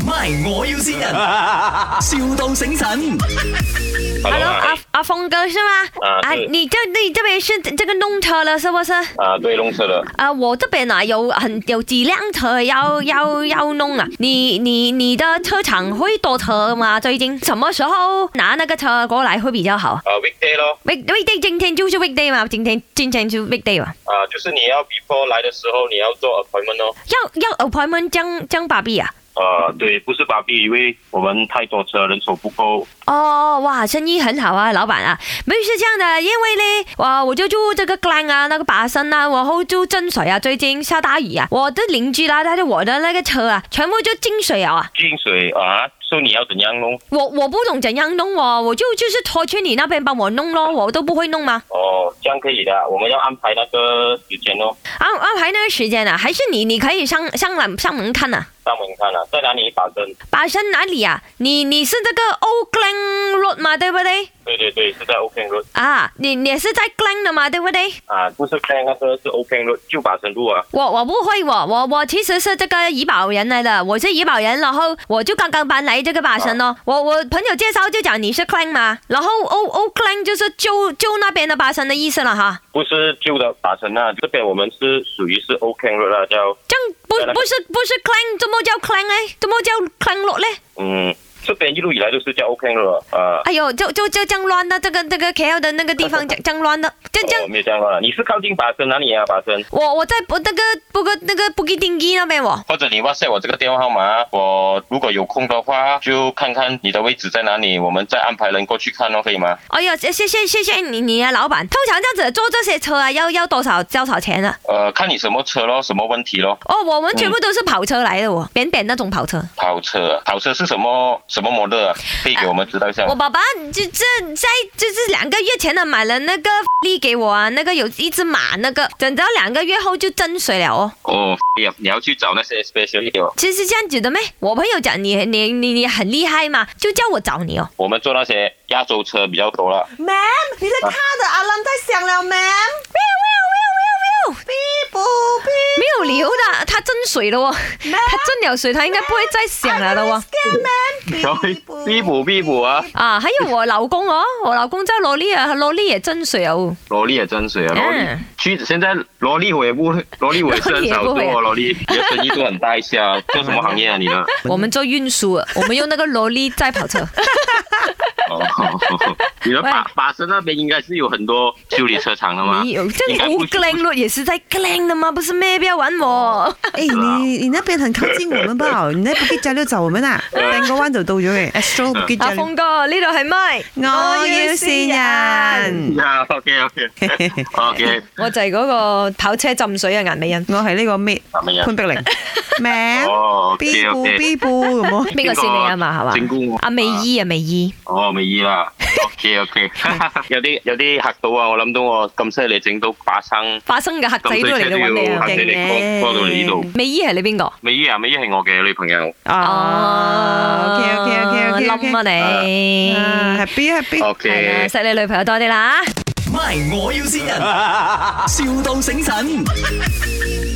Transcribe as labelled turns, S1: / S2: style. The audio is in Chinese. S1: MY，我要先人，, 笑到醒神。
S2: Hello，
S3: Hello，阿
S2: 哎
S3: 阿峰哥是吗？
S2: 啊对
S3: 你这你这边是这个弄车了是不是？
S2: 啊，对，弄车的，
S3: 啊，我这边啊有很有几辆车要要要弄啊。你你你的车厂会多车吗？最近什么时候拿那个车过来会比较好
S2: 呃，weekday 咯，
S3: ？Week weekday 今天就是 weekday 嘛，今天今天就 weekday 嘛。
S2: 啊，就是你要 before 来的时候，你要做 appointment 哦。
S3: 要要 appointment 将将把币啊？
S2: 呃，对，不是把币，因为我们太多车，人手不够。
S3: 哦，哇，生意很好啊，老板啊，没有是这样的，因为呢，我我就住这个 Glen 啊，那个巴生啊，然后就进水啊，最近下大雨啊，我的邻居啦，他的我的那个车啊，全部就进水了啊，
S2: 进水啊，说你要怎样弄？
S3: 我我不懂怎样弄哦，我就就是拖去你那边帮我弄咯，我都不会弄吗？
S2: 哦，这样可以的，我们要安排那个时间哦。
S3: 安安排那个时间啊，还是你你可以上上来上门看啊。
S2: 那我们看啊，在哪里打针？
S3: 巴生哪里啊？你你是这个 Old Glen Road 嘛，对不对？
S2: 对对对，是在 Open Road
S3: 啊，你你也是在 Glen 的嘛，对不对？
S2: 啊，不是在那个是 Open Road 就把深路啊。
S3: 我我不会我我我其实是这个怡保人来的，我是怡保人，然后我就刚刚搬来这个巴生咯。我我朋友介绍就讲你是 clan 嘛，然后 O O clan 就是旧旧那边的巴生的意思了哈。
S2: 不是旧的打成啊，这边我们是属于是 Open Road 啊，叫
S3: 这样不不是不是 clan，怎么叫 clan 呢？怎么叫 clan 落呢？
S2: 嗯，这边一路以来都是叫 Open Road 啊。
S3: 哎呦，就就就这样乱的，这个这个 KL 的那个地方这样这样乱的，就这
S2: 我、
S3: 样
S2: 哦、。没有这样啊，你是靠近巴生哪里啊？巴生？
S3: 我我在我那个不过那个布吉丁基那边我。
S2: 或者你 WhatsApp 我这个电话号码，我如果有空的话，就看看你的位置在哪里，我们再安排人过去看哦，可以吗？
S3: 哎呀，谢谢谢谢谢你你啊，老板。通常这样子坐这些车啊，要要多少多少钱啊？
S2: 呃，看你什么车咯，什么问题咯？
S3: 哦，我们全部都是跑车来的哦，扁扁那种跑车。
S2: 跑车，跑车是什么什么模特、啊？可以给我们知道一下吗
S3: 我？爸爸嗯就这在就是两个月前呢买了那个力给我啊，那个有一只马，那个等到两个月后就真水了哦。
S2: 哦， 哎呀，你要去找那些 special 哦，
S3: 其实这样子的咩？我朋友讲你你你你很厉害嘛，就叫我找你哦。
S2: 我们做那些亚洲车比较多了。
S4: Ma'am，你的卡的 alarm 在响了，Ma'am。
S3: 喵喵喵喵喵，
S4: 哔不哔
S3: 没有理由的，它真水了哦，它真了水，它应该不会再响了的哦。
S2: 然 后逼补逼补啊，
S3: 啊，还有我老公哦，我老公叫萝莉啊，萝莉也真水哦。
S2: 萝莉也真水啊，萝莉
S3: 嗯。
S2: 去现在萝莉我也不，萝莉我也是很少
S3: 萝莉也不会 啊
S2: 做，萝莉你的生意做很大一下，做什么行业啊你呢？
S3: 我们做运输的，我们用那个萝莉载跑车。
S2: 哦，你的巴
S3: 喂
S2: 巴生那边应该是有很多修理车厂的吗？
S3: 你有这里
S2: 应该
S3: 欧
S2: 不是
S3: Glen 路也是在 Glen 的吗？不是咩？不要玩 我。
S4: 哎，你你那边很靠近我们吧？你在不给加六找我们啊？两个弯就到咗嘅，Astro 不给
S3: 阿
S4: 加六。
S3: 峰哥，呢度系咪？
S4: 我要先。人，
S2: 呀，OK OK 嗯啊 OK，
S3: 我就系嗰个跑车浸水嘅颜美欣。
S4: 我系呢个咩？
S2: 什么呀？
S4: 潘碧玲，Ma'am。
S3: 哎
S2: 哦，OK
S4: 哔
S2: OK，
S4: 不哔不咁咯。
S3: 边个先你啊嘛？系嘛？
S2: 整蠱我
S3: 阿美姨啊，美姨。
S2: 哦，美姨啦，OK OK，有啲有啲嚇到啊！我諗到我咁犀利整到把生，
S3: 花生嘅客
S2: 咁
S3: 仔都嚟
S2: 都
S3: 到
S2: 要
S3: 揾你
S2: 嚇
S3: 啊！
S2: 死你
S4: 勁咧
S2: 幫幫到嚟呢度。
S3: 美姨系你边个？
S2: 美姨啊，美姨係我嘅女朋友。
S4: 哦，OK OK OK OK
S3: 冧
S4: OK。
S3: 啊你。
S4: 啊，happy happy。
S3: 係啊啦
S2: OK，
S3: 錫你女朋友多啲啦。
S1: MY，我要先人，,笑到醒神。